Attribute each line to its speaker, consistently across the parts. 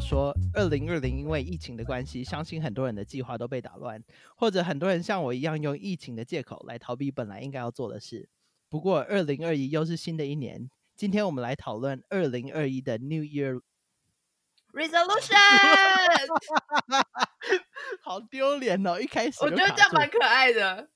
Speaker 1: 说，二零二零因为疫情的关系，相信很多人的计划都被打乱，或者很多人像我一样用疫情的借口来逃避本来应该要做的事。不过，二零二一又是新的一年，今天我们来讨论二零二一的 New Year，
Speaker 2: resolution，
Speaker 1: 好丢脸哦！一开始
Speaker 2: 我
Speaker 1: 就
Speaker 2: 觉得
Speaker 1: 卡
Speaker 2: 这样
Speaker 1: 住
Speaker 2: 蛮可爱的。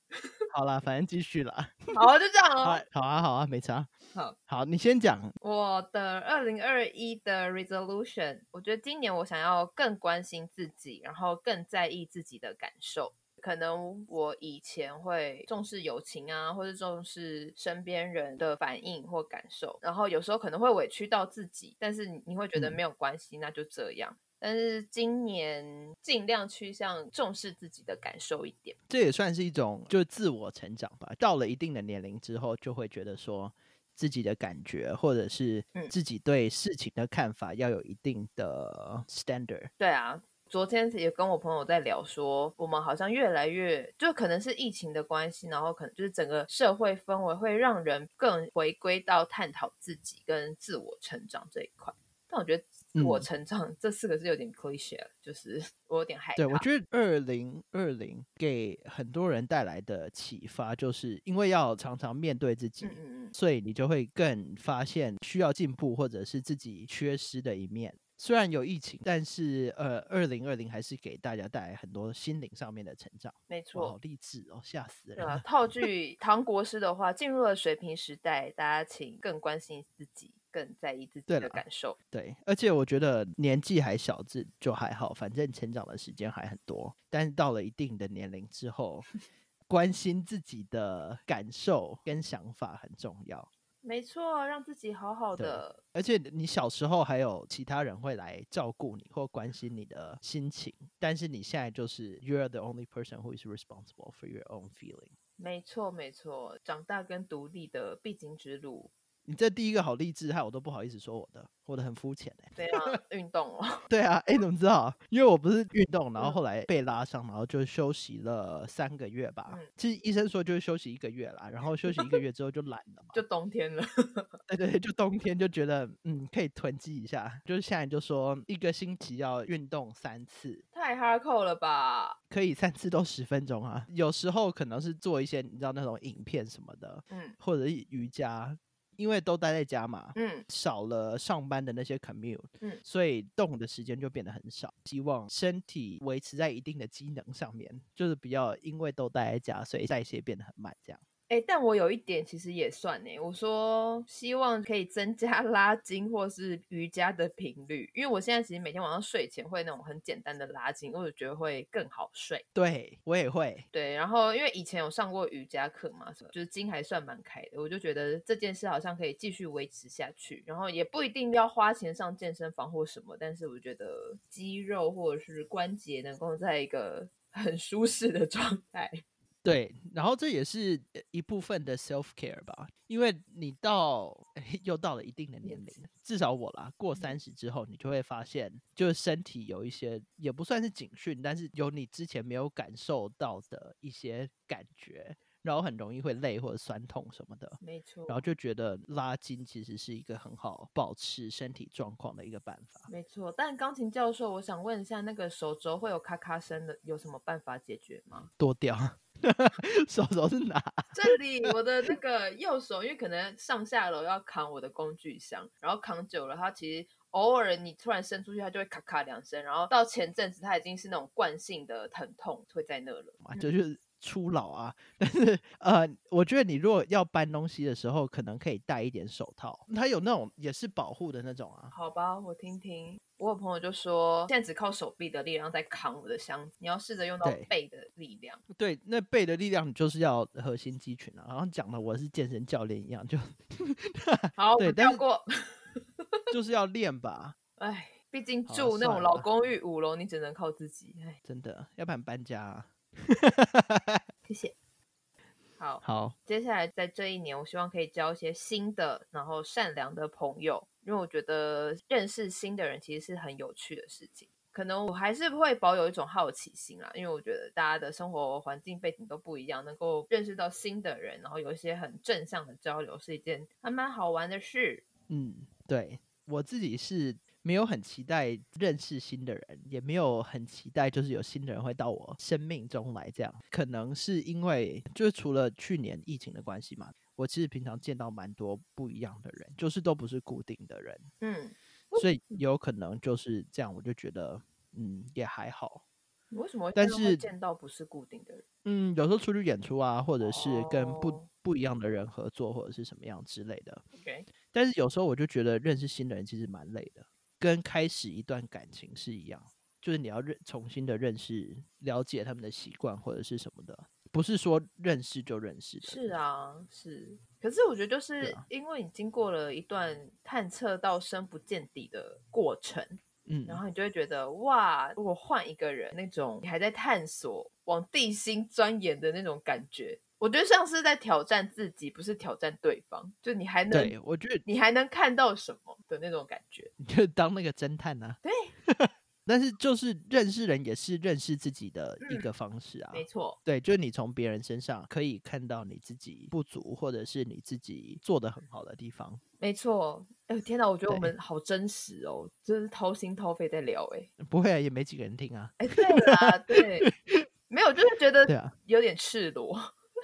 Speaker 1: 好啦，反正继续啦。
Speaker 2: 好啊，就这样
Speaker 1: 好啊
Speaker 2: 哦。，
Speaker 1: 好啊，好啊，没差。
Speaker 2: 好，
Speaker 1: 好，你先讲。
Speaker 2: 我的二零二一的 resolution，我觉得今年我想要更关心自己，然后更在意自己的感受。可能我以前会重视友情啊，或者重视身边人的反应或感受，然后有时候可能会委屈到自己，但是你你会觉得
Speaker 1: 嗯
Speaker 2: 没有关系，那就这样。但是今年尽量趋向重视自己的感受一点。
Speaker 1: 这也算是一种就是自我成长吧。到了一定的年龄之后，就会觉得说自己的感觉或者是
Speaker 2: 嗯
Speaker 1: 自己对事情的看法要有一定的 standard。
Speaker 2: 对啊，昨天也跟我朋友在聊说，我们好像越来越，就可能是疫情的关系，然后可能就是整个社会氛围会让人更回归到探讨自己跟自我成长这一块。但我觉得自我
Speaker 1: 嗯
Speaker 2: 成长这四个字有点 cliche，了就是我有点害怕。
Speaker 1: 对，我觉得二零二零给很多人带来的启发，就是因为要常常面对自己，
Speaker 2: 嗯嗯嗯，
Speaker 1: 所以你就会更发现需要进步或者是自己缺失的一面。虽然有疫情，但是呃，二零二零还是给大家带来很多心灵上面的成长。
Speaker 2: 没
Speaker 1: 哇，
Speaker 2: 错
Speaker 1: 好。励志哦，吓死
Speaker 2: 对
Speaker 1: 人
Speaker 2: 啊
Speaker 1: 了！，
Speaker 2: 套句唐国师的话，进入了水平时代，大家请更关心自己，更在意自己
Speaker 1: 对
Speaker 2: 的
Speaker 1: 啦
Speaker 2: 感受。
Speaker 1: 对，而且我觉得年纪还小，这就还好，反正成长的时间还很多。但是到了一定的年龄之后，关心自己的感受跟想法很重要。
Speaker 2: 没错，让自己好好
Speaker 1: 对
Speaker 2: 的。
Speaker 1: 而且你小时候还有其他人会来照顾你或关心你的心情，但是你现在就是 you're the only person who is responsible for your own feeling。
Speaker 2: 没错，没错，长大跟独立的必经之路。
Speaker 1: 你这第一个好励志，害我都不好意思说我的，我的很肤浅哎。
Speaker 2: 对啊，运动哦，
Speaker 1: 对啊，哎，你怎么知道？因为我不是运动，然后
Speaker 2: 嗯
Speaker 1: 后来被拉伤，然后就休息了三个月吧。
Speaker 2: 嗯。
Speaker 1: 其实医生说就是休息一个月啦，然后休息一个月之后就懒了嘛
Speaker 2: 就冬天了。
Speaker 1: 对对对，就冬天就觉得嗯可以囤积一下，就是现在就说一个星期要运动三次，
Speaker 2: 太 hardcore 了吧？
Speaker 1: 可以三次都十分钟啊。有时候可能是做一些你知道那种影片什么的，
Speaker 2: 嗯
Speaker 1: 或者是瑜伽，因为都待在家嘛，
Speaker 2: 嗯，
Speaker 1: 少了上班的那些 commute，
Speaker 2: 嗯
Speaker 1: 所以动的时间就变得很少。希望身体维持在一定的机能上面，就是不要因为都待在家，所以代谢变得很慢。这样
Speaker 2: 哎、但我有一点其实也算呢。我说希望可以增加 拉筋或是瑜伽的频率，因为我现在其实每天晚上睡前会那种很简单的拉筋，我就觉得会更好睡。
Speaker 1: 对我也会，
Speaker 2: 对，然后因为以前有上过瑜伽课嘛，什么就是筋还算蛮开的，我就觉得这件事好像可以继续维持下去，然后也不一定要花钱上健身房或什么，但是我觉得肌肉或者是关节能够在一个 很舒适的状态。
Speaker 1: 对，然后这也是呃一部分的 self care 吧，因为你到哎又到了一定的年龄，至少我啦，过三十之后，你就会发现，就是身体有一些也不算是警讯，但是有你之前没有感受到的一些感觉，然后很容易会累或者酸痛什么的，
Speaker 2: 没错，
Speaker 1: 然后就觉得拉筋其实是一个很好保持身体状况的一个办法。
Speaker 2: 没错。但钢琴教授，我想问一下，那个手肘会有咔咔声的，有什么办法解决吗？
Speaker 1: 多掉 手肘是哪？
Speaker 2: 这里我的那个右手，因为可能上下楼要扛我的工具箱，然后扛久了，它其实偶尔你突然伸出去，它就会咔咔两声。然后到前阵子，它已经是那种惯性的疼痛会在那了。
Speaker 1: 嘛，就是初老啊。 但是呃，我觉得你如果要搬东西的时候，可能可以戴一点手套，它有那种也是保护的那种啊。
Speaker 2: 好吧，我听听。我有朋友就说，现在只靠手臂的力量在扛我的箱子，你要试着用到
Speaker 1: 对
Speaker 2: 背的力量。
Speaker 1: 对，那背的力量你就是要核心肌群啊。然后讲的我是健身教练一样，就
Speaker 2: 好，我
Speaker 1: 啊对
Speaker 2: 们
Speaker 1: 但
Speaker 2: 跳
Speaker 1: 是
Speaker 2: 过。
Speaker 1: 就是要练吧，
Speaker 2: 哎，毕竟
Speaker 1: 好啊
Speaker 2: 住那
Speaker 1: 算
Speaker 2: 种老
Speaker 1: 了
Speaker 2: 公寓五楼，你只能靠自己。哎，
Speaker 1: 真的，要不然搬家、啊。
Speaker 2: 谢谢。好，
Speaker 1: 好，
Speaker 2: 接下来在这一年，我希望可以交一些新的，然后善良的朋友，因为我觉得认识新的人其实是很有趣的事情。可能我还是会保有一种好奇心啦，因为我觉得大家的生活环境背景都不一样，能够认识到新的人，然后有一些很正向的交流，是一件还蛮好玩的事。
Speaker 1: 嗯，对我自己是没有很期待认识新的人，也没有很期待就是有新的人会到我生命中来。这样可能是因为就是除了去年疫情的关系嘛，我其实平常见到蛮多不一样的人，就是都不是固定的人，
Speaker 2: 嗯，
Speaker 1: 所以有可能就是这样，我就觉得嗯也还好。
Speaker 2: 你为什么会
Speaker 1: 但
Speaker 2: 见到会
Speaker 1: 是
Speaker 2: 见到不是固定的人？
Speaker 1: 嗯，有时候出去演出啊，或者是跟不、
Speaker 2: 哦
Speaker 1: 不一样的人合作，或者是什么样之类的。
Speaker 2: OK，
Speaker 1: 但是有时候我就觉得认识新的人其实蛮累的，跟开始一段感情是一样，就是你要认重新的认识、了解他们的习惯或者是什么的，不是说认识就认识的。
Speaker 2: 是啊，是。可是我觉得，就是
Speaker 1: 啊
Speaker 2: 因为你经过了一段探测到深不见底的过程，
Speaker 1: 嗯，
Speaker 2: 然后你就会觉得哇，如果换一个人，那种你还在探索、往地心钻研的那种感觉，我觉得像是在挑战自己，不是挑战对方，就你还能
Speaker 1: 嗯对，我觉得
Speaker 2: 你还能看到什么的那种感觉。
Speaker 1: 你就当那个侦探啊。
Speaker 2: 对。
Speaker 1: 但是就是认识人也是认识自己的一
Speaker 2: 嗯
Speaker 1: 个方式啊。
Speaker 2: 没错，
Speaker 1: 对，就是你从别人身上可以看到你自己不足，或者是你自己做的很好的地方。
Speaker 2: 没错。哎、天哪，我觉得
Speaker 1: 对
Speaker 2: 我们好真实哦，真是掏心掏肺在聊哎、
Speaker 1: 不会啊，也没几个人听啊。
Speaker 2: 哎，对啦，对，没有，就是觉
Speaker 1: 对
Speaker 2: 得
Speaker 1: 啊，
Speaker 2: 有点赤裸。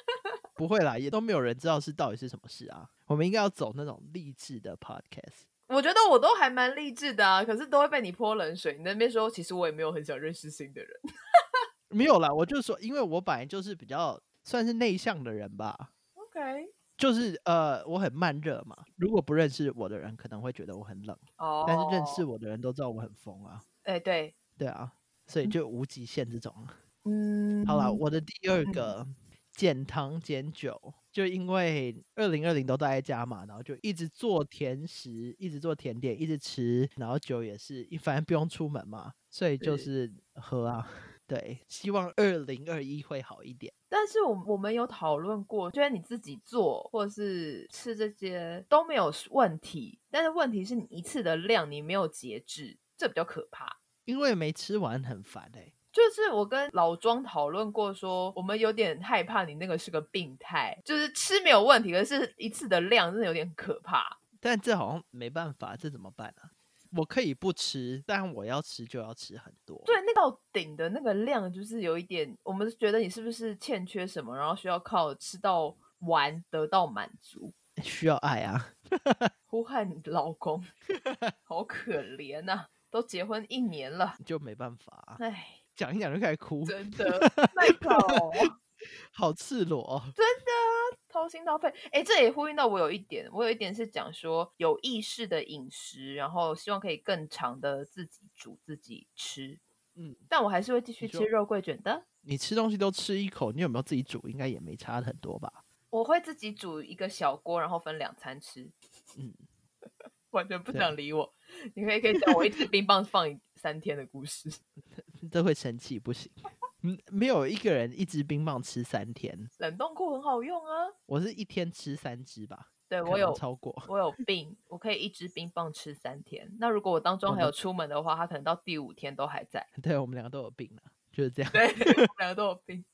Speaker 1: 不会啦，也都没有人知道是到底是什么事啊。我们应该要走那种励志的 podcast。
Speaker 2: 我觉得我都还蛮励志的啊，可是都会被你泼冷水。你那边说，其实我也没有很想认识新的人。
Speaker 1: 没有啦，我就说，因为我本来就是比较算是内向的人吧，
Speaker 2: OK，
Speaker 1: 就是呃，我很慢热嘛。如果不认识我的人，可能会觉得我很冷，
Speaker 2: 哦，
Speaker 1: 但是认识，我的人都知道我很疯啊。
Speaker 2: 哎，对，
Speaker 1: 对啊，所以就无极限这种。
Speaker 2: 嗯，
Speaker 1: 好啦，我的第二个减糖减酒，就因为二零二零都待在家嘛，然后就一直做甜食，一直做甜点，一直吃，然后酒也是，反正不用出门嘛，所以就是喝啊。 对，希望二零二一会好一点。
Speaker 2: 但是我我们有讨论过，虽然你自己做或是吃这些都没有问题，但是问题是你一次的量你没有节制，这比较可怕。
Speaker 1: 因为没吃完很烦哎、
Speaker 2: 就是我跟老庄讨论过说，我们有点害怕你那个是个病态，就是吃没有问题，可是一次的量真的有点可怕。
Speaker 1: 但这好像没办法，这怎么办啊？我可以不吃，但我要吃就要吃很多。
Speaker 2: 对，那到顶的那个量就是有一点，我们觉得你是不是欠缺什么，然后需要靠吃到完得到满足。
Speaker 1: 需要爱啊。
Speaker 2: 呼喊你老公， 好可怜呐、都结婚一年了，
Speaker 1: 就没办法啊、
Speaker 2: 哎，
Speaker 1: 讲一讲就开始哭，
Speaker 2: 真的，Michael，
Speaker 1: 好赤裸哦、
Speaker 2: 掏心掏肺。哎，这也呼应到我有一点，我有一点是讲说有意识的饮食，然后希望可以更长的自己煮自己吃。
Speaker 1: 嗯，
Speaker 2: 但我还是会继续
Speaker 1: 你
Speaker 2: 吃
Speaker 1: 说
Speaker 2: 肉桂卷的。
Speaker 1: 你吃东西都吃一口，你有没有自己煮？应该也没差很多吧？
Speaker 2: 我会自己煮一个小锅，然后分两餐吃。
Speaker 1: 嗯，
Speaker 2: 完全不
Speaker 1: 对啊
Speaker 2: 想理我。你可以可以讲我一只冰棒放一三天的故事，
Speaker 1: 这会生气，不行。嗯，没有一个人一支冰棒吃三天，
Speaker 2: 冷冻库很好用啊。
Speaker 1: 我是一天吃三支吧，
Speaker 2: 对
Speaker 1: 可
Speaker 2: 我
Speaker 1: 能
Speaker 2: 有
Speaker 1: 超过。
Speaker 2: 我有病，我可以一支冰棒吃三天。那如果我当中
Speaker 1: 我
Speaker 2: 还
Speaker 1: 的
Speaker 2: 有出门的话，他可能到第五天都还在。
Speaker 1: 对我们两个都有病了，就是这样，
Speaker 2: 对，我们两个都有病。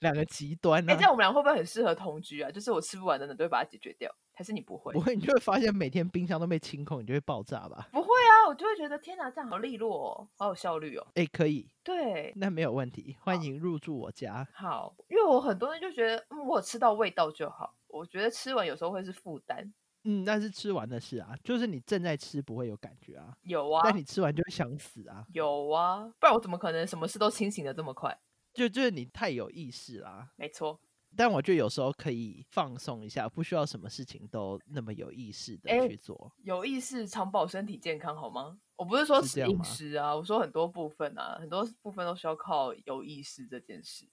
Speaker 1: 两个极端啊
Speaker 2: 哎、
Speaker 1: 呢、
Speaker 2: 这样我们俩会不会很适合同居啊？就是我吃不完的呢，都会把它解决掉，还是你不会？
Speaker 1: 不会，你就会发现每天冰箱都被清空，你就会爆炸吧？
Speaker 2: 不会啊，我就会觉得天哪，这样好利落哦，好有效率哦。
Speaker 1: 哎，可以，
Speaker 2: 对，
Speaker 1: 那没有问题，欢
Speaker 2: 好
Speaker 1: 迎入住我家。
Speaker 2: 好，因为我很多人就觉得，嗯，我有吃到味道就好。我觉得吃完有时候会是负担。
Speaker 1: 嗯，那是吃完的事啊，就是你正在吃不会有感觉啊，
Speaker 2: 有啊，
Speaker 1: 但你吃完就会想死啊，
Speaker 2: 有啊，不然我怎么可能什么事都清醒的这么快？
Speaker 1: 就就是你太有意识啦、
Speaker 2: 没错，
Speaker 1: 但我觉得有时候可以放松一下，不需要什么事情都那么有意识的
Speaker 2: 哎
Speaker 1: 去做。
Speaker 2: 有意识长保身体健康好吗？我不是说
Speaker 1: 是这样
Speaker 2: 饮
Speaker 1: 吗
Speaker 2: 食啊，我说很多部分啊，很多部分都需要靠有意识这件事。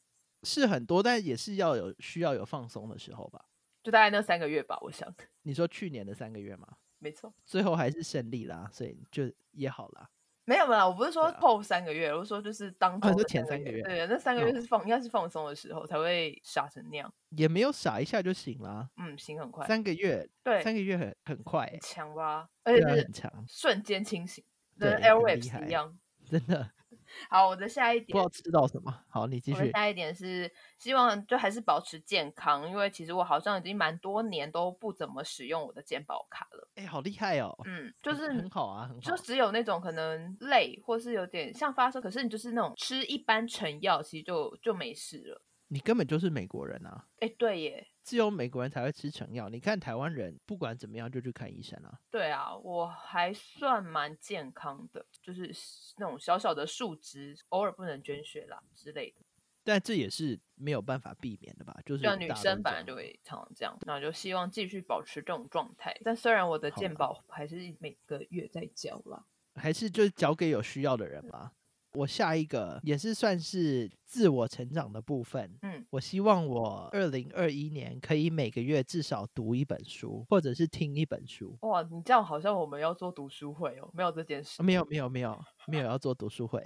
Speaker 1: 是很多，但也是要有需要有放松的时候吧。
Speaker 2: 就大概那三个月吧，我想，
Speaker 1: 你说去年的三个月嘛，
Speaker 2: 没错，
Speaker 1: 最后还是胜利啦，所以就也好啦。
Speaker 2: 没有没有，我不是说
Speaker 1: 对啊
Speaker 2: 后三个月，我是说就是当
Speaker 1: 哦
Speaker 2: 头
Speaker 1: 你说
Speaker 2: 的
Speaker 1: 前
Speaker 2: 三
Speaker 1: 三个月
Speaker 2: 对，那三个月
Speaker 1: 哦
Speaker 2: 是放、应该是放松的时候才会傻成那样，
Speaker 1: 也没有傻一下就行啦。
Speaker 2: 嗯，心很快，
Speaker 1: 三个月，
Speaker 2: 对，
Speaker 1: 三个月很很快、
Speaker 2: 很
Speaker 1: 欸，
Speaker 2: 强吧，而
Speaker 1: 对
Speaker 2: 且
Speaker 1: 啊，
Speaker 2: 是
Speaker 1: 很强，
Speaker 2: 瞬间清醒，跟
Speaker 1: 对
Speaker 2: Airwaves
Speaker 1: 很厉
Speaker 2: 一
Speaker 1: 害
Speaker 2: 样，
Speaker 1: 真的。
Speaker 2: 好，我的下一
Speaker 1: 不
Speaker 2: 点
Speaker 1: 知道吃到什么。好，你继
Speaker 2: 我的
Speaker 1: 续。
Speaker 2: 下一点是希望就还是保持健康，因为其实我好像已经蛮多年都不怎么使用我的健保卡了。
Speaker 1: 哎、好厉害哦！
Speaker 2: 嗯，就是
Speaker 1: 很好啊，很好
Speaker 2: 就。只有那种可能累或是有点像发烧，可是你就是那种吃一般成药，其实就就没事了。
Speaker 1: 你根本就是美国人啊，
Speaker 2: 哎，对耶，
Speaker 1: 只有美国人才会吃成药。你看台湾人，不管怎么样就去看医生啊。
Speaker 2: 对啊，我还算蛮健康的，就是那种小小的数值，偶尔不能捐血啦之类的。
Speaker 1: 但这也是没有办法避免的吧？就是
Speaker 2: 像啊女
Speaker 1: 大家都
Speaker 2: 生
Speaker 1: 这
Speaker 2: 本来
Speaker 1: 样
Speaker 2: 就会常常这样，那就希望继续保持这种状态。但虽然我的
Speaker 1: 好
Speaker 2: 健
Speaker 1: 吧
Speaker 2: 保还是每个月在交啦。
Speaker 1: 还是就是交给有需要的人吧。我下一个也是算是自我成长的部分。
Speaker 2: 嗯，
Speaker 1: 我希望我二零二一年可以每个月至少读一本书，或者是听一本书。
Speaker 2: 哇，你这样好像我们要做读书会哦，没有这件
Speaker 1: 啊
Speaker 2: 事。
Speaker 1: 没有没有没有没有要做读 书会，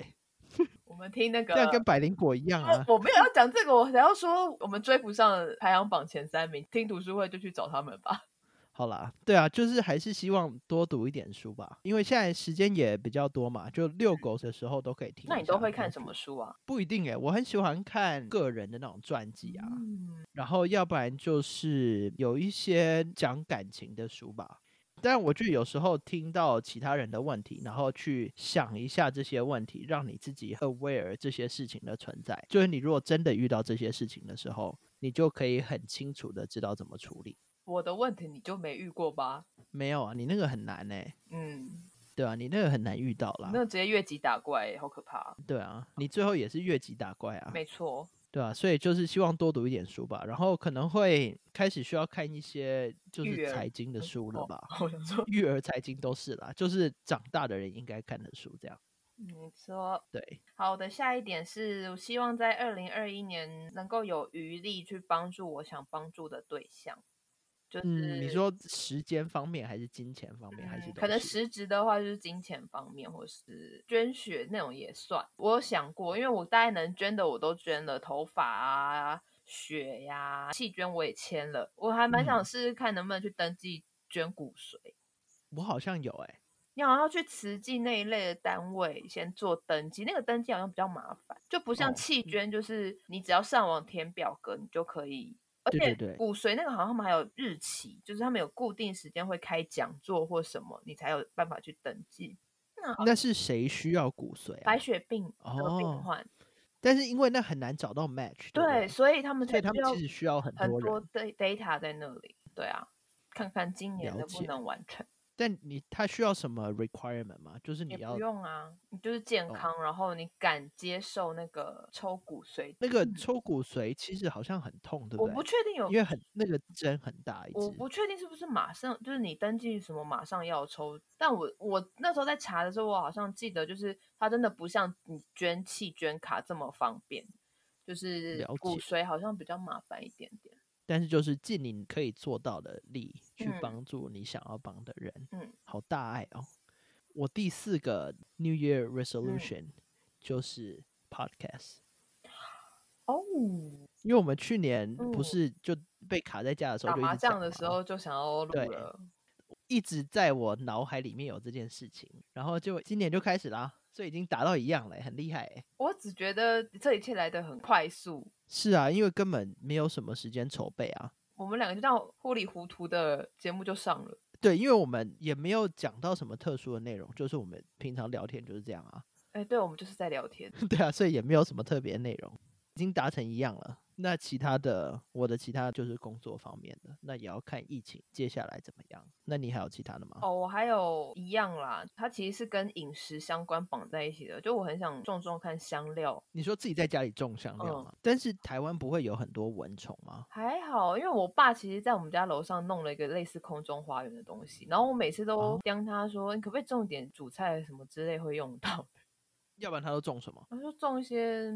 Speaker 2: 我们听那个呃
Speaker 1: 这，样跟百灵果一样 啊。
Speaker 2: 我我没有要讲这个，我想要说我们追不上排行榜前三名，听读书会就去找他们吧。
Speaker 1: 好啦，对啊，就是还是希望多读一点书吧，因为现在时间也比较多嘛，就遛狗的时候都可以 听一下。
Speaker 2: 嗯那你都会看什
Speaker 1: 么？
Speaker 2: 么书啊？
Speaker 1: 不一定诶、我很喜欢看个人的那种传记啊。
Speaker 2: 嗯，
Speaker 1: 然后要不然就是有一些讲感情的书吧。但我就有时候听到其他人的问题，然后去想一下这些问题，让你自己 aware 这些事情的存在。就是你如果真的遇到这些事情的时候，你就可以很清楚的知道怎么处理。
Speaker 2: 我的问题你就没遇过吧？
Speaker 1: 没有啊，你那个很难呢、
Speaker 2: 嗯，
Speaker 1: 对啊，你那个很难遇到啦。
Speaker 2: 那直接越级打怪耶、好可怕啊、
Speaker 1: 对啊，你最后也是越级打怪啊。
Speaker 2: 没错，
Speaker 1: 对啊，所以就是希望多读一点书吧，然后可能会开始需要看一些就
Speaker 2: 育
Speaker 1: 是
Speaker 2: 儿
Speaker 1: 财经的书了
Speaker 2: 哦
Speaker 1: 吧。
Speaker 2: 我想说，
Speaker 1: 育儿财经都是啦，就是长大的人应该看的书，这样
Speaker 2: 嗯你说
Speaker 1: 对。
Speaker 2: 好的，下一点是，我希望在二零二一年能够有余力去帮助我想帮助的对象，就是、
Speaker 1: 嗯，你说时间方面还是金钱方面还是
Speaker 2: 嗯
Speaker 1: 都
Speaker 2: 可能
Speaker 1: 是
Speaker 2: 实质的话，就是金钱方面，或是捐血那种也算。我有想过，因为我大概能捐的我都捐了，头发啊、血呀、弃捐我也签了，我还蛮想
Speaker 1: 嗯
Speaker 2: 试试看能不能去登记捐骨髓。
Speaker 1: 我好像有哎、
Speaker 2: 你好像要去慈济那一类的单位先做登记，那个登记好像比较麻烦，就不像
Speaker 1: 哦
Speaker 2: 弃捐，就是你只要上网填表格，你就可以。而
Speaker 1: 对对
Speaker 2: 且
Speaker 1: 对
Speaker 2: 骨髓那个好像他们还有日期，就是他们有固定时间会开讲座或什么，你才有办法去登记。那好
Speaker 1: 那是谁需要骨髓
Speaker 2: 白
Speaker 1: 啊？
Speaker 2: 血病的
Speaker 1: 哦
Speaker 2: 病患，
Speaker 1: 但是因为那很难找到 match，不
Speaker 2: 对，所以他们
Speaker 1: 所
Speaker 2: 才
Speaker 1: 以他
Speaker 2: 需
Speaker 1: 们
Speaker 2: 要
Speaker 1: 其实需要很
Speaker 2: 很
Speaker 1: 多人。
Speaker 2: 多 da- data 在那里。对啊，看看今年
Speaker 1: 了
Speaker 2: 能不
Speaker 1: 解
Speaker 2: 能完成。
Speaker 1: 但你他需要什么 requirement 吗？就是你
Speaker 2: 也
Speaker 1: 要
Speaker 2: 不用啊，你就是健
Speaker 1: 哦
Speaker 2: 康，然后你敢接受那个抽骨髓
Speaker 1: 那个
Speaker 2: 嗯
Speaker 1: 抽骨髓，其实好像很痛，对
Speaker 2: 我
Speaker 1: 对？
Speaker 2: 不确定有
Speaker 1: 因，为很那个针很大一
Speaker 2: 我
Speaker 1: 支。
Speaker 2: 不确定是不是马上就是你登记什么马上要抽，但我我那时候在查的时候，我好像记得就是它真的不像你捐弃捐卡这么方便，就是
Speaker 1: 了
Speaker 2: 骨
Speaker 1: 解
Speaker 2: 髓好像比较麻烦一点点。
Speaker 1: 但是就是尽你可以做到的力去
Speaker 2: 嗯
Speaker 1: 帮助你想要帮的人。
Speaker 2: 嗯，
Speaker 1: 好大爱哦！我第四个 New Year Resolution、就是
Speaker 2: 嗯
Speaker 1: podcast，
Speaker 2: 哦，
Speaker 1: 因为我们去年
Speaker 2: 嗯
Speaker 1: 不是就被卡在家的时候
Speaker 2: 打
Speaker 1: 就一
Speaker 2: 麻
Speaker 1: 直讲
Speaker 2: 将的时
Speaker 1: 嘛
Speaker 2: 候就想要
Speaker 1: 对
Speaker 2: 录了，
Speaker 1: 一直在我脑海里面有这件事情，然后就今年就开始啦，所以已经达到一样了，很厉害欸。
Speaker 2: 我只觉得这一切来得很快速，
Speaker 1: 是啊，因为根本没有什么时间筹备啊。
Speaker 2: 我们两个就这样糊里糊涂的节目就上了。
Speaker 1: 对，因为我们也没有讲到什么特殊的内容，就是我们平常聊天就是这样啊。
Speaker 2: 哎，对，我们就是在聊天。
Speaker 1: 对啊，所以也没有什么特别的内容，已经达成一样了。那其他的，我的其他就是工作方面的，那也要看疫情接下来怎么样。那你还有其他的吗？
Speaker 2: 哦，我还有一样啦，它其实是跟饮食相关绑在一起的。就我很想种种看香料，
Speaker 1: 你说自己在家里种香料
Speaker 2: 嗯
Speaker 1: 吗？但是台湾不会有很多蚊虫吗？
Speaker 2: 还好，因为我爸其实在我们家楼上弄了一个类似空中花园的东西，然后我每次都
Speaker 1: 哦
Speaker 2: 将他说，你可不可以种点主菜什么之类会用到的？
Speaker 1: 要不然它都种什么
Speaker 2: 他说种一些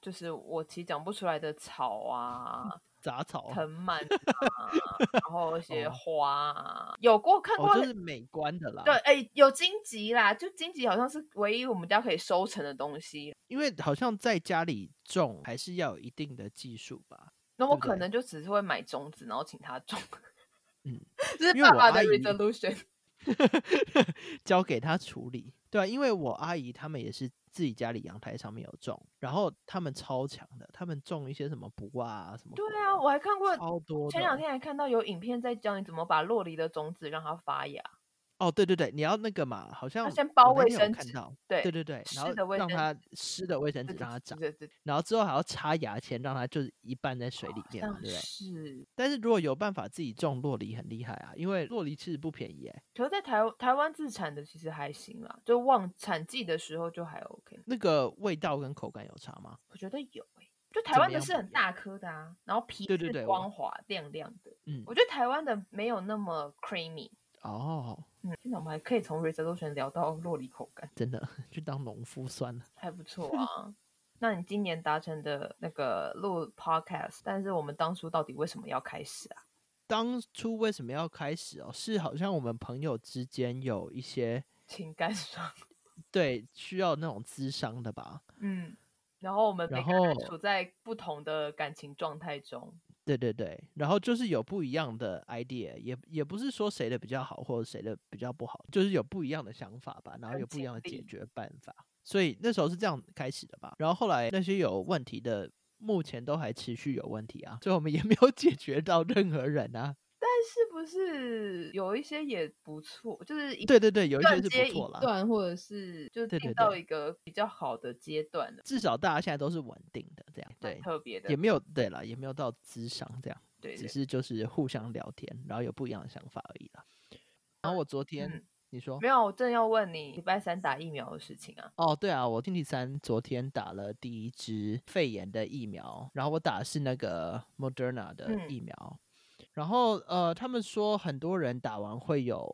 Speaker 2: 就是我其实讲不出来的草 啊、
Speaker 1: 杂草？
Speaker 2: 藤蔓啊，然后一些
Speaker 1: 哦
Speaker 2: 花啊，有过看过
Speaker 1: 哦，
Speaker 2: 他
Speaker 1: 就是美观的啦。
Speaker 2: 对，，哎、有荆棘啦，就荆棘好像是唯一我们家可以收成的东西，
Speaker 1: 因为好像在家里种还是要有一定的技术吧。
Speaker 2: 那我
Speaker 1: 对不
Speaker 2: 可
Speaker 1: 对
Speaker 2: 能就只是会买种子，然后请他种。
Speaker 1: 嗯，
Speaker 2: 这是
Speaker 1: 因为
Speaker 2: 爸
Speaker 1: 我
Speaker 2: 爸的
Speaker 1: 阿姨
Speaker 2: resolution。
Speaker 1: 交给他处理。对啊，因为我阿姨他们也是自己家里阳台上面有种，然后他们超强的，他们种一些什么卜啊什么果
Speaker 2: 对
Speaker 1: 啊。
Speaker 2: 啊，我还看过，
Speaker 1: 超多的。
Speaker 2: 前两天还看到有影片在教你怎么把洛梨的种子让它发芽。
Speaker 1: 哦，对对对，你要那个嘛，好像
Speaker 2: 先
Speaker 1: 我
Speaker 2: 包
Speaker 1: 那
Speaker 2: 卫
Speaker 1: 天有
Speaker 2: 生
Speaker 1: 看
Speaker 2: 纸
Speaker 1: 到，
Speaker 2: 对
Speaker 1: 对对对，然
Speaker 2: 湿
Speaker 1: 后
Speaker 2: 的卫
Speaker 1: 让
Speaker 2: 生
Speaker 1: 它湿的卫生纸
Speaker 2: 对
Speaker 1: 让它长，
Speaker 2: 对对，对
Speaker 1: 然后之后还要插牙签让它就是一半在水里面
Speaker 2: 好
Speaker 1: 嘛，对
Speaker 2: 像
Speaker 1: 不对？
Speaker 2: 啊是。
Speaker 1: 但是如果有办法自己种洛梨很厉害啊，因为洛梨其实不便宜哎、
Speaker 2: 可是在台台湾自产的其实还行啦，就旺产季的时候就还 OK，
Speaker 1: 那个味道跟口感有差吗？
Speaker 2: 我觉得有诶、就
Speaker 1: 怎
Speaker 2: 台湾
Speaker 1: 么
Speaker 2: 的
Speaker 1: 样
Speaker 2: 是
Speaker 1: 不
Speaker 2: 很
Speaker 1: 一样
Speaker 2: 大颗的啊，然后皮
Speaker 1: 对对
Speaker 2: 是
Speaker 1: 对我
Speaker 2: 光滑亮亮的。
Speaker 1: 嗯
Speaker 2: 我觉得台湾的没有那么 creamy。
Speaker 1: 哦，
Speaker 2: 嗯，天哪，我们还可以从 resolution 聊到洛梨口感，
Speaker 1: 真的 去当农夫算了。
Speaker 2: 还不错啊。那你今年达成的那个录 podcast，但是我们当初到底为什么要开始啊？
Speaker 1: 当初为什么要开始哦？是好像我们朋友之间有一些
Speaker 2: 情感上，
Speaker 1: 对需要那种智商的吧？
Speaker 2: 嗯，然后我们每
Speaker 1: 然
Speaker 2: 个人
Speaker 1: 后
Speaker 2: 处在不同的感情状态中，
Speaker 1: 对对对，然后就是有不一样的 idea，也也不是说谁的比较好或者谁的比较不好，就是有不一样的想法吧，然后
Speaker 2: 跟
Speaker 1: 有不一
Speaker 2: 经
Speaker 1: 样的解
Speaker 2: 历
Speaker 1: 决办法。所以那时候是这样开始的吧，然后后来那些有问题的，目前都还持续有问题啊，所以我们也没有 解决到任何人啊。
Speaker 2: 但是不是有一些也不错，就是一
Speaker 1: 对对对，有一些
Speaker 2: 段
Speaker 1: 是
Speaker 2: 接
Speaker 1: 不
Speaker 2: 一
Speaker 1: 错啦，
Speaker 2: 段，或者是就
Speaker 1: 对
Speaker 2: 进
Speaker 1: 对
Speaker 2: 到
Speaker 1: 对
Speaker 2: 一个比较好的阶段的，
Speaker 1: 至少大家现在都是稳定的这样，
Speaker 2: 蛮
Speaker 1: 对，
Speaker 2: 特别的
Speaker 1: 也，没有对啦，也没有到智商这样，
Speaker 2: 对
Speaker 1: 只
Speaker 2: 对，
Speaker 1: 是就是互相聊天，然后有不一样的想法而已啦。然后我昨天、哦
Speaker 2: 嗯
Speaker 1: 你说
Speaker 2: 没有，我正要问你礼拜三打疫苗的事情啊。
Speaker 1: 哦，对啊，我星期三昨天打了第一支肺炎的疫苗，然后我打的是那个 Moderna 的
Speaker 2: 嗯
Speaker 1: 疫苗，然后呃，他们说很多人打完会有，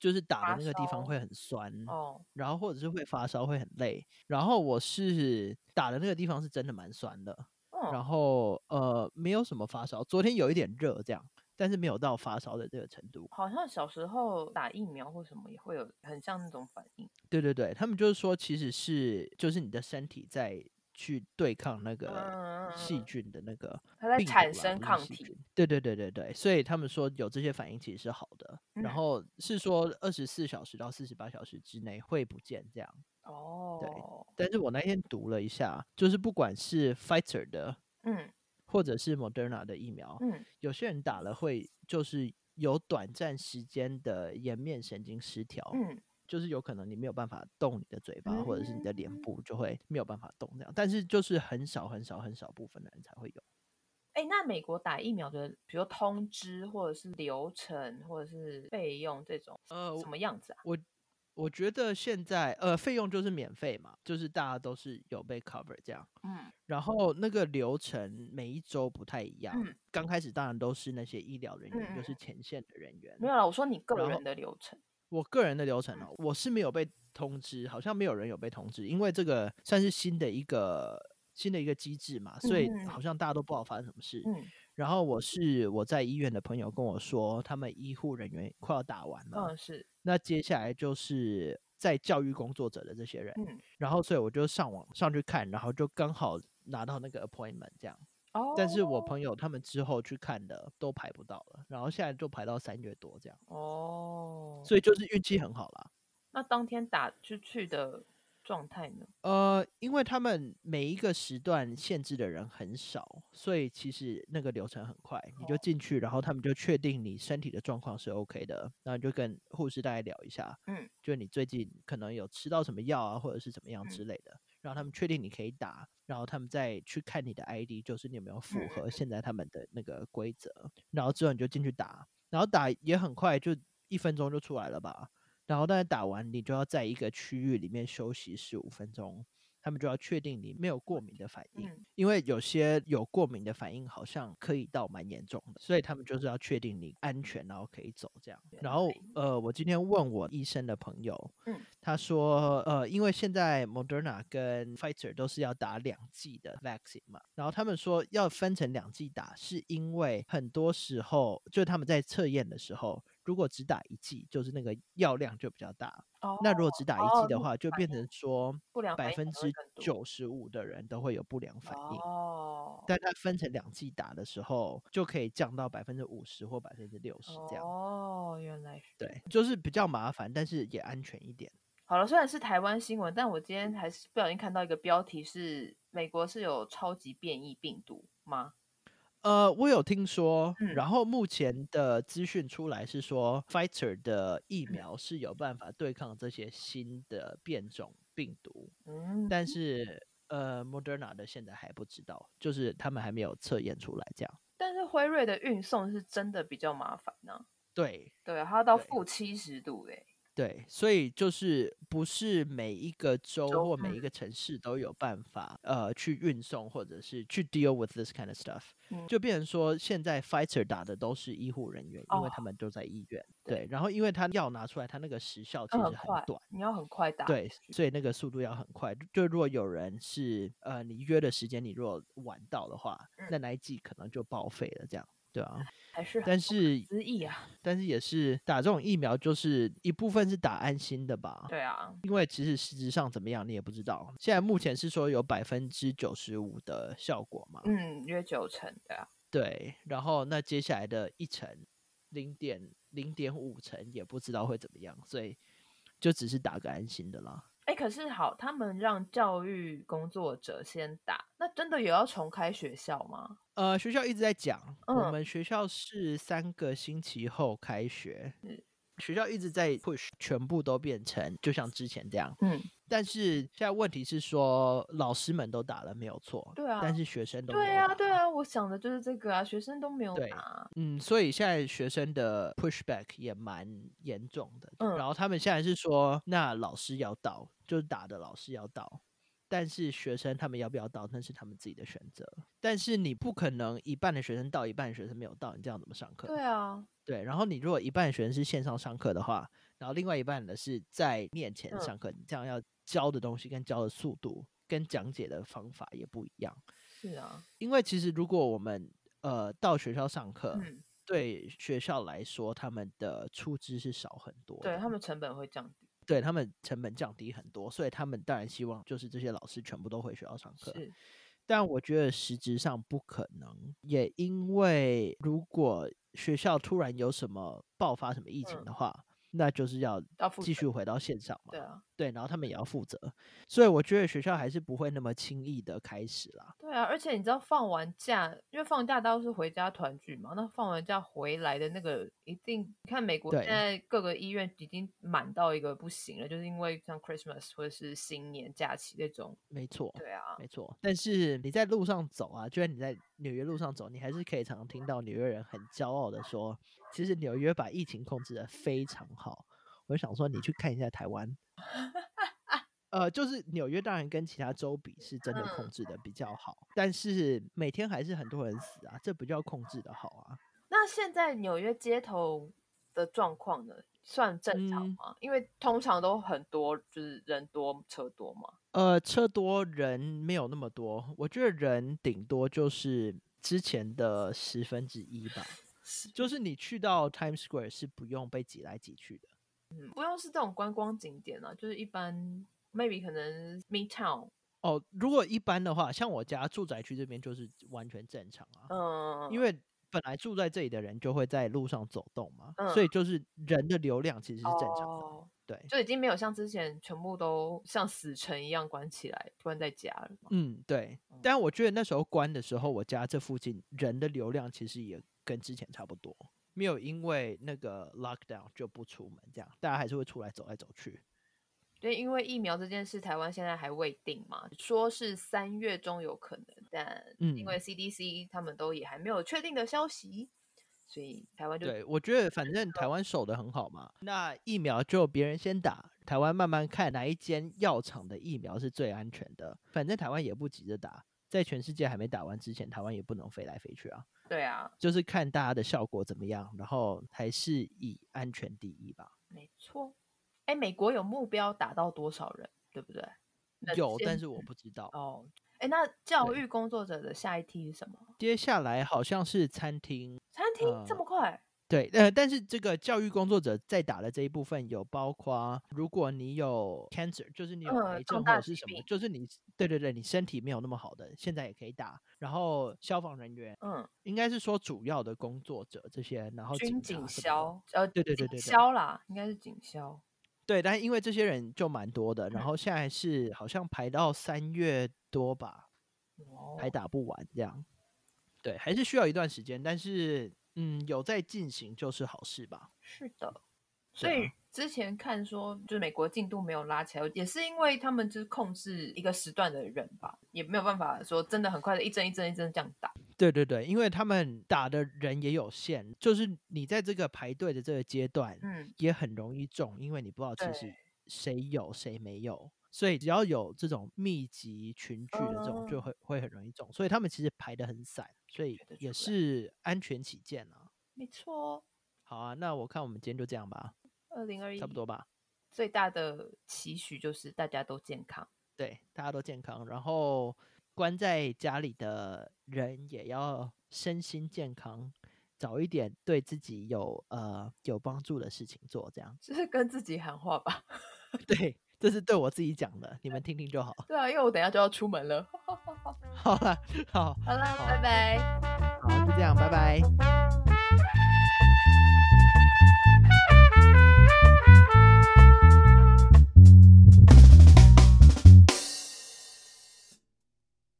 Speaker 1: 就是打
Speaker 2: 发
Speaker 1: 的那个地方
Speaker 2: 烧
Speaker 1: 会很酸，
Speaker 2: 哦，
Speaker 1: 然后或者是会发烧，会很累。然后我是打的那个地方是真的蛮酸的，
Speaker 2: 哦，
Speaker 1: 然后呃，没有什么发烧，昨天有一点热这样，但是没有到发烧的这个程度。
Speaker 2: 好像小时候打疫苗或什么也会有很像那种反应。
Speaker 1: 对对对，他们就是说，其实是就是你的身体在去对抗那个
Speaker 2: 嗯，
Speaker 1: 细菌的那个
Speaker 2: 它在
Speaker 1: 病毒
Speaker 2: 产
Speaker 1: 啦
Speaker 2: 生
Speaker 1: 不是
Speaker 2: 抗
Speaker 1: 细
Speaker 2: 体
Speaker 1: 菌对对对对对，所以他们说有这些反应其实是好的，然
Speaker 2: 嗯
Speaker 1: 后是说二十四小时到四十八小时之内会不见这样。
Speaker 2: 哦，
Speaker 1: 但是我那天读了一下，就是不管是 Pfizer 的
Speaker 2: 嗯
Speaker 1: 或者是 Moderna 的疫苗，
Speaker 2: 嗯，
Speaker 1: 有些人打了会就是有短暂时间的颜面神经失调，
Speaker 2: 嗯，
Speaker 1: 就是有可能你没有办法动你的嘴巴，或者是你的脸
Speaker 2: 嗯
Speaker 1: 部就会没有办法动这样。但是就是很少很少很少部分的人才会有。
Speaker 2: 哎，那美国打疫苗的，比如通知或者是流程或者是费用这种，
Speaker 1: 呃
Speaker 2: 什么样子啊？
Speaker 1: 我觉得现在呃费用就是免费嘛，就是大家都是有被 cover 这样。
Speaker 2: 嗯
Speaker 1: 然后那个流程每一周不太一样，
Speaker 2: 嗯，
Speaker 1: 刚开始当然都是那些医疗人员，
Speaker 2: 嗯
Speaker 1: 就是
Speaker 2: 嗯
Speaker 1: 前线的人员。
Speaker 2: 没有啦，我说你个
Speaker 1: 然后
Speaker 2: 人的流程。
Speaker 1: 我个人的流程
Speaker 2: 嗯
Speaker 1: 哦，我是没有被通知，好像没有人有被通知，因为这个算是新的一个新的一个机制嘛，所以
Speaker 2: 嗯
Speaker 1: 好像大家都不知道发生什么事。
Speaker 2: 嗯
Speaker 1: 然后我是我在医院的朋友跟我说，他们医护人员快要打完了，
Speaker 2: 嗯是
Speaker 1: 那接下来就是在教育工作者的这些人，
Speaker 2: 嗯
Speaker 1: 然后所以我就上网上去看，然后就刚好拿到那个 appointment 这样。
Speaker 2: 哦，
Speaker 1: 但是我朋友他们之后去看的都排不到了，然后现在就排到三月多这样，
Speaker 2: 哦，
Speaker 1: 所以就是运气很好啦。
Speaker 2: 那当天打就去的状态呢？
Speaker 1: 呃，因为他们每一个时段限制的人很少，所以其实那个流程很快，你就
Speaker 2: 哦
Speaker 1: 进去，然后他们就确定你身体的状况是 OK 的，然后你就跟护士大概聊一下，
Speaker 2: 嗯，
Speaker 1: 就你最近可能有吃到什么药啊，或者是怎么样
Speaker 2: 嗯
Speaker 1: 之类的，然后他们确定你可以打，然后他们再去看你的 ID，就是你有没有符
Speaker 2: 嗯嗯
Speaker 1: 合现在他们的那个规则，然后之后你就进去打，然后打也很快，就一分钟就出来了吧。然后但是打完，你就要在一个区域里面休息十五分钟，他们就要确定你没有过敏的反应，
Speaker 2: 嗯
Speaker 1: 因为有些有过敏的反应好像可以到蛮严重的，所以他们就是要确定你安全，然后可以走这样。然后呃，我今天问我医生的朋友，
Speaker 2: 嗯
Speaker 1: 他说呃，因为现在 Moderna 跟 Pfizer 都是要打两剂的 vaccine 嘛，然后他们说要分成两剂打，是因为很多时候就他们在测验的时候，如果只打一剂，就是那个药量就比较大。
Speaker 2: 哦，
Speaker 1: 那如果只打一
Speaker 2: 哦
Speaker 1: 剂的
Speaker 2: 你
Speaker 1: 话，就
Speaker 2: 反
Speaker 1: 变
Speaker 2: 应
Speaker 1: 成说
Speaker 2: 不良反
Speaker 1: 百
Speaker 2: 应可
Speaker 1: 分
Speaker 2: 能会
Speaker 1: 之
Speaker 2: 更多
Speaker 1: 九十五的人都会有不良反应。
Speaker 2: 哦，
Speaker 1: 但它分成两剂打的时候，就可以降到百分之五十或百分之六十这样。
Speaker 2: 哦，原来是这样
Speaker 1: 对，就是比较麻烦，但是也安全一点。
Speaker 2: 好了，虽然是台湾新闻，但我今
Speaker 1: 嗯
Speaker 2: 天还是不小心看到一个标题是美国是有超级变异病毒吗？
Speaker 1: 呃，我有听说，
Speaker 2: 嗯
Speaker 1: 然后目前的资讯出来是说，Pfizer 的疫
Speaker 2: 嗯
Speaker 1: 苗是有办法对抗这些新的变种病毒，
Speaker 2: 嗯，
Speaker 1: 但是呃，Moderna 的现在还不知道，就是他们还没有测验出来这样。
Speaker 2: 但是辉瑞的运送是真的比较麻烦呢、
Speaker 1: 对
Speaker 2: 对啊，它要到
Speaker 1: 对
Speaker 2: 负七十度欸嘞、
Speaker 1: 对，所以就是不是每一个州
Speaker 2: 州
Speaker 1: 或每一个城市都有办法呃去运送或者是去 deal with this kind of stuff，、
Speaker 2: 嗯
Speaker 1: 就变成说现在 Pfizer 打的都是医护人员，因为
Speaker 2: 哦
Speaker 1: 他们都在医院。
Speaker 2: 对
Speaker 1: 对，然后因为他药拿出来，他那个时效其
Speaker 2: 它
Speaker 1: 实
Speaker 2: 很
Speaker 1: 很
Speaker 2: 快，
Speaker 1: 短。
Speaker 2: 你要很快打。
Speaker 1: 对，所以那个速度要很快。就如果有人是呃，你约的时间你如果晚到的话，
Speaker 2: 嗯
Speaker 1: 那那一季可能就报废了，这样对 啊。
Speaker 2: 还是很
Speaker 1: 但是
Speaker 2: 失忆啊。
Speaker 1: 但是也是打这种疫苗，就是一部分是打安心的吧，
Speaker 2: 对啊，
Speaker 1: 因为其实实质上怎么样你也不知道。现在目前是说有百分之九十五的效果嘛，
Speaker 2: 嗯，约九成对啊。
Speaker 1: 对，然后那接下来的一层零点零点五层也不知道会怎么样，所以就只是打个安心的啦。
Speaker 2: 哎，可是好，他们让教育工作者先打，那真的有要重开学校吗？
Speaker 1: 呃，学校一直在讲，我
Speaker 2: 嗯
Speaker 1: 们学校是三个星期后开学，
Speaker 2: 嗯
Speaker 1: 学校一直在 push 全部都变成就像之前这样，
Speaker 2: 嗯，
Speaker 1: 但是现在问题是说，老师们都打了没有错，
Speaker 2: 对啊
Speaker 1: 但是学生都没
Speaker 2: 对
Speaker 1: 有
Speaker 2: 啊，
Speaker 1: 打
Speaker 2: 对啊，我想的就是这个啊，学生都没有
Speaker 1: 对
Speaker 2: 打，
Speaker 1: 嗯，所以现在学生的 pushback 也蛮严重的，
Speaker 2: 嗯
Speaker 1: 然后他们现在是说，那老师要到，就是打的老师要到。但是学生他们要不要到，那是他们自己的选择。但是你不可能一半的学生到，一半的学生没有到，你这样怎么上课？
Speaker 2: 对啊，
Speaker 1: 对，然后你如果一半的学生是线上上课的话，然后另外一半的是在面前
Speaker 2: 嗯
Speaker 1: 上课，你这样要教的东西跟教的速度跟讲解的方法也不一样。
Speaker 2: 是啊，
Speaker 1: 因为其实如果我们呃到学校上课，
Speaker 2: 嗯，
Speaker 1: 对学校来说，他们的出资是少很多的，
Speaker 2: 对他们成本会降低，
Speaker 1: 对他们成本降低很多，所以他们当然希望就是这些老师全部都回学校上课。
Speaker 2: 是，
Speaker 1: 但我觉得实质上不可能，也因为如果学校突然有什么爆发什么疫情
Speaker 2: 嗯
Speaker 1: 的话，那就是要
Speaker 2: 要负
Speaker 1: 继
Speaker 2: 责
Speaker 1: 续回到线上嘛
Speaker 2: 对，啊，
Speaker 1: 对，然后他们也要负责，所以我觉得学校还是不会那么轻易的开始啦。
Speaker 2: 对啊，而且你知道放完假，因为放假都是回家团聚嘛，那放完假回来的那个一定，你看美国现
Speaker 1: 对
Speaker 2: 在各个医院已经满到一个不行了，就是因为像 Christmas 或者是新年假期那种，
Speaker 1: 没错，
Speaker 2: 对啊，
Speaker 1: 哦没错，但是你在路上走啊，就算你在纽约路上走，你还是可以常常听到纽约人很骄傲的说，其实纽约把疫情控制的非常好。我就想说，你去看一下台湾，呃，就是纽约当然跟其他州比是真的控制的比较好，但是每天还是很多人死啊，这不叫控制的好啊。
Speaker 2: 那现在纽约街头的状况呢，算正常
Speaker 1: 嗯
Speaker 2: 吗？因为通常都很多，就是人多车多嘛。
Speaker 1: 呃，车多人没有那么多，我觉得人顶多就是之前的十分之一 吧。就是你去到 Times Square 是不用被挤来挤去的。
Speaker 2: 嗯，不用是这种观光景点啊，就是一般 maybe 可能 Midtown，
Speaker 1: 哦，如果一般的话，像我家住宅区这边就是完全正常啊，
Speaker 2: 嗯，
Speaker 1: 因为本来住在这里的人就会在路上走动嘛，
Speaker 2: 嗯
Speaker 1: 所以就是人的流量其实是正常的。
Speaker 2: 哦
Speaker 1: 对，
Speaker 2: 就已经没有像之前全部都像死城一样关起来，关在家了嘛。
Speaker 1: 嗯，对。但我觉得那时候关的时候，我家这附近人的流量其实也跟之前差不多，没有因为那个 lockdown 就不出门这样，大家还是会出来走来走去。
Speaker 2: 对，因为疫苗这件事，台湾现在还未定嘛，说是三月中有可能，但因
Speaker 1: 嗯
Speaker 2: 为 CDC 他们都也还没有确定的消息，所以台湾就
Speaker 1: 对，我觉得反正台湾守的很好嘛，那疫苗就别人先打，台湾慢慢看哪一间药厂的疫苗是最安全的。反正台湾也不急着打，在全世界还没打完之前，台湾也不能飞来飞去啊。
Speaker 2: 对啊，
Speaker 1: 就是看大家的效果怎么样，然后还是以安全第一吧。
Speaker 2: 没错，哎，美国有目标打到多少人，对不对？那
Speaker 1: 有，
Speaker 2: 先
Speaker 1: 但是我不知道。
Speaker 2: 哦，哎，那教
Speaker 1: 对
Speaker 2: 育工作者的下一梯是什么？
Speaker 1: 接下来好像是餐厅，
Speaker 2: 餐厅、这
Speaker 1: 呃
Speaker 2: 么快？
Speaker 1: 对，呃，但是这个教育工作者在打的这一部分有包括，如果你有 cancer，就是你有
Speaker 2: 嗯
Speaker 1: 癌
Speaker 2: 重
Speaker 1: 症或
Speaker 2: 大
Speaker 1: 者是
Speaker 2: 疾
Speaker 1: 什么，
Speaker 2: 病
Speaker 1: 就是你对对对，你身体没有那么好的，现在也可以打。然后消防人员，
Speaker 2: 嗯，
Speaker 1: 应该是说主要的工作者啊这些，然后
Speaker 2: 军
Speaker 1: 警察什
Speaker 2: 警
Speaker 1: 么的
Speaker 2: 消，呃，
Speaker 1: 对对对
Speaker 2: 警
Speaker 1: 对对
Speaker 2: 消啦，应该是警消。
Speaker 1: 对，但因为这些人就蛮多的，然
Speaker 2: 嗯
Speaker 1: 后现在是好像排到三月多吧，
Speaker 2: 哦
Speaker 1: 还打不完这样。对，还是需要一段时间，但是嗯，有在进行就是好事吧。
Speaker 2: 是的，所
Speaker 1: 对
Speaker 2: 以之前看说，就是美国进度没有拉起来，也是因为他们就是控制一个时段的人吧，也没有办法说真的很快的一针一针一针这样打。
Speaker 1: 对对对，因为他们打的人也有限，就是你在这个排队的这个阶段，
Speaker 2: 嗯，
Speaker 1: 也很容易中，因为你不知道其
Speaker 2: 对
Speaker 1: 实谁有谁没有，所以只要有这种密集群聚的这种，就
Speaker 2: 嗯
Speaker 1: 会会很容易中，所以他们其实排的很散，所以
Speaker 2: 觉得
Speaker 1: 也
Speaker 2: 出来
Speaker 1: 是安全起见啊。
Speaker 2: 没错哦，
Speaker 1: 好啊，那我看我们今天就这样吧，
Speaker 2: 二零二一
Speaker 1: 差不多吧。
Speaker 2: 最大的期许就是大家都健康。
Speaker 1: 对，大家都健康，然后关在家里的人也要身心健康，找一点对自己有呃有帮助的事情做，这样。
Speaker 2: 就是跟自己喊话吧，
Speaker 1: 对，这是对我自己讲的，你们听听就好。
Speaker 2: 对啊，因为我等一下就要出门了。
Speaker 1: 好了，好，
Speaker 2: 好啦，
Speaker 1: 好
Speaker 2: 拜拜。
Speaker 1: 好，就这样，拜拜。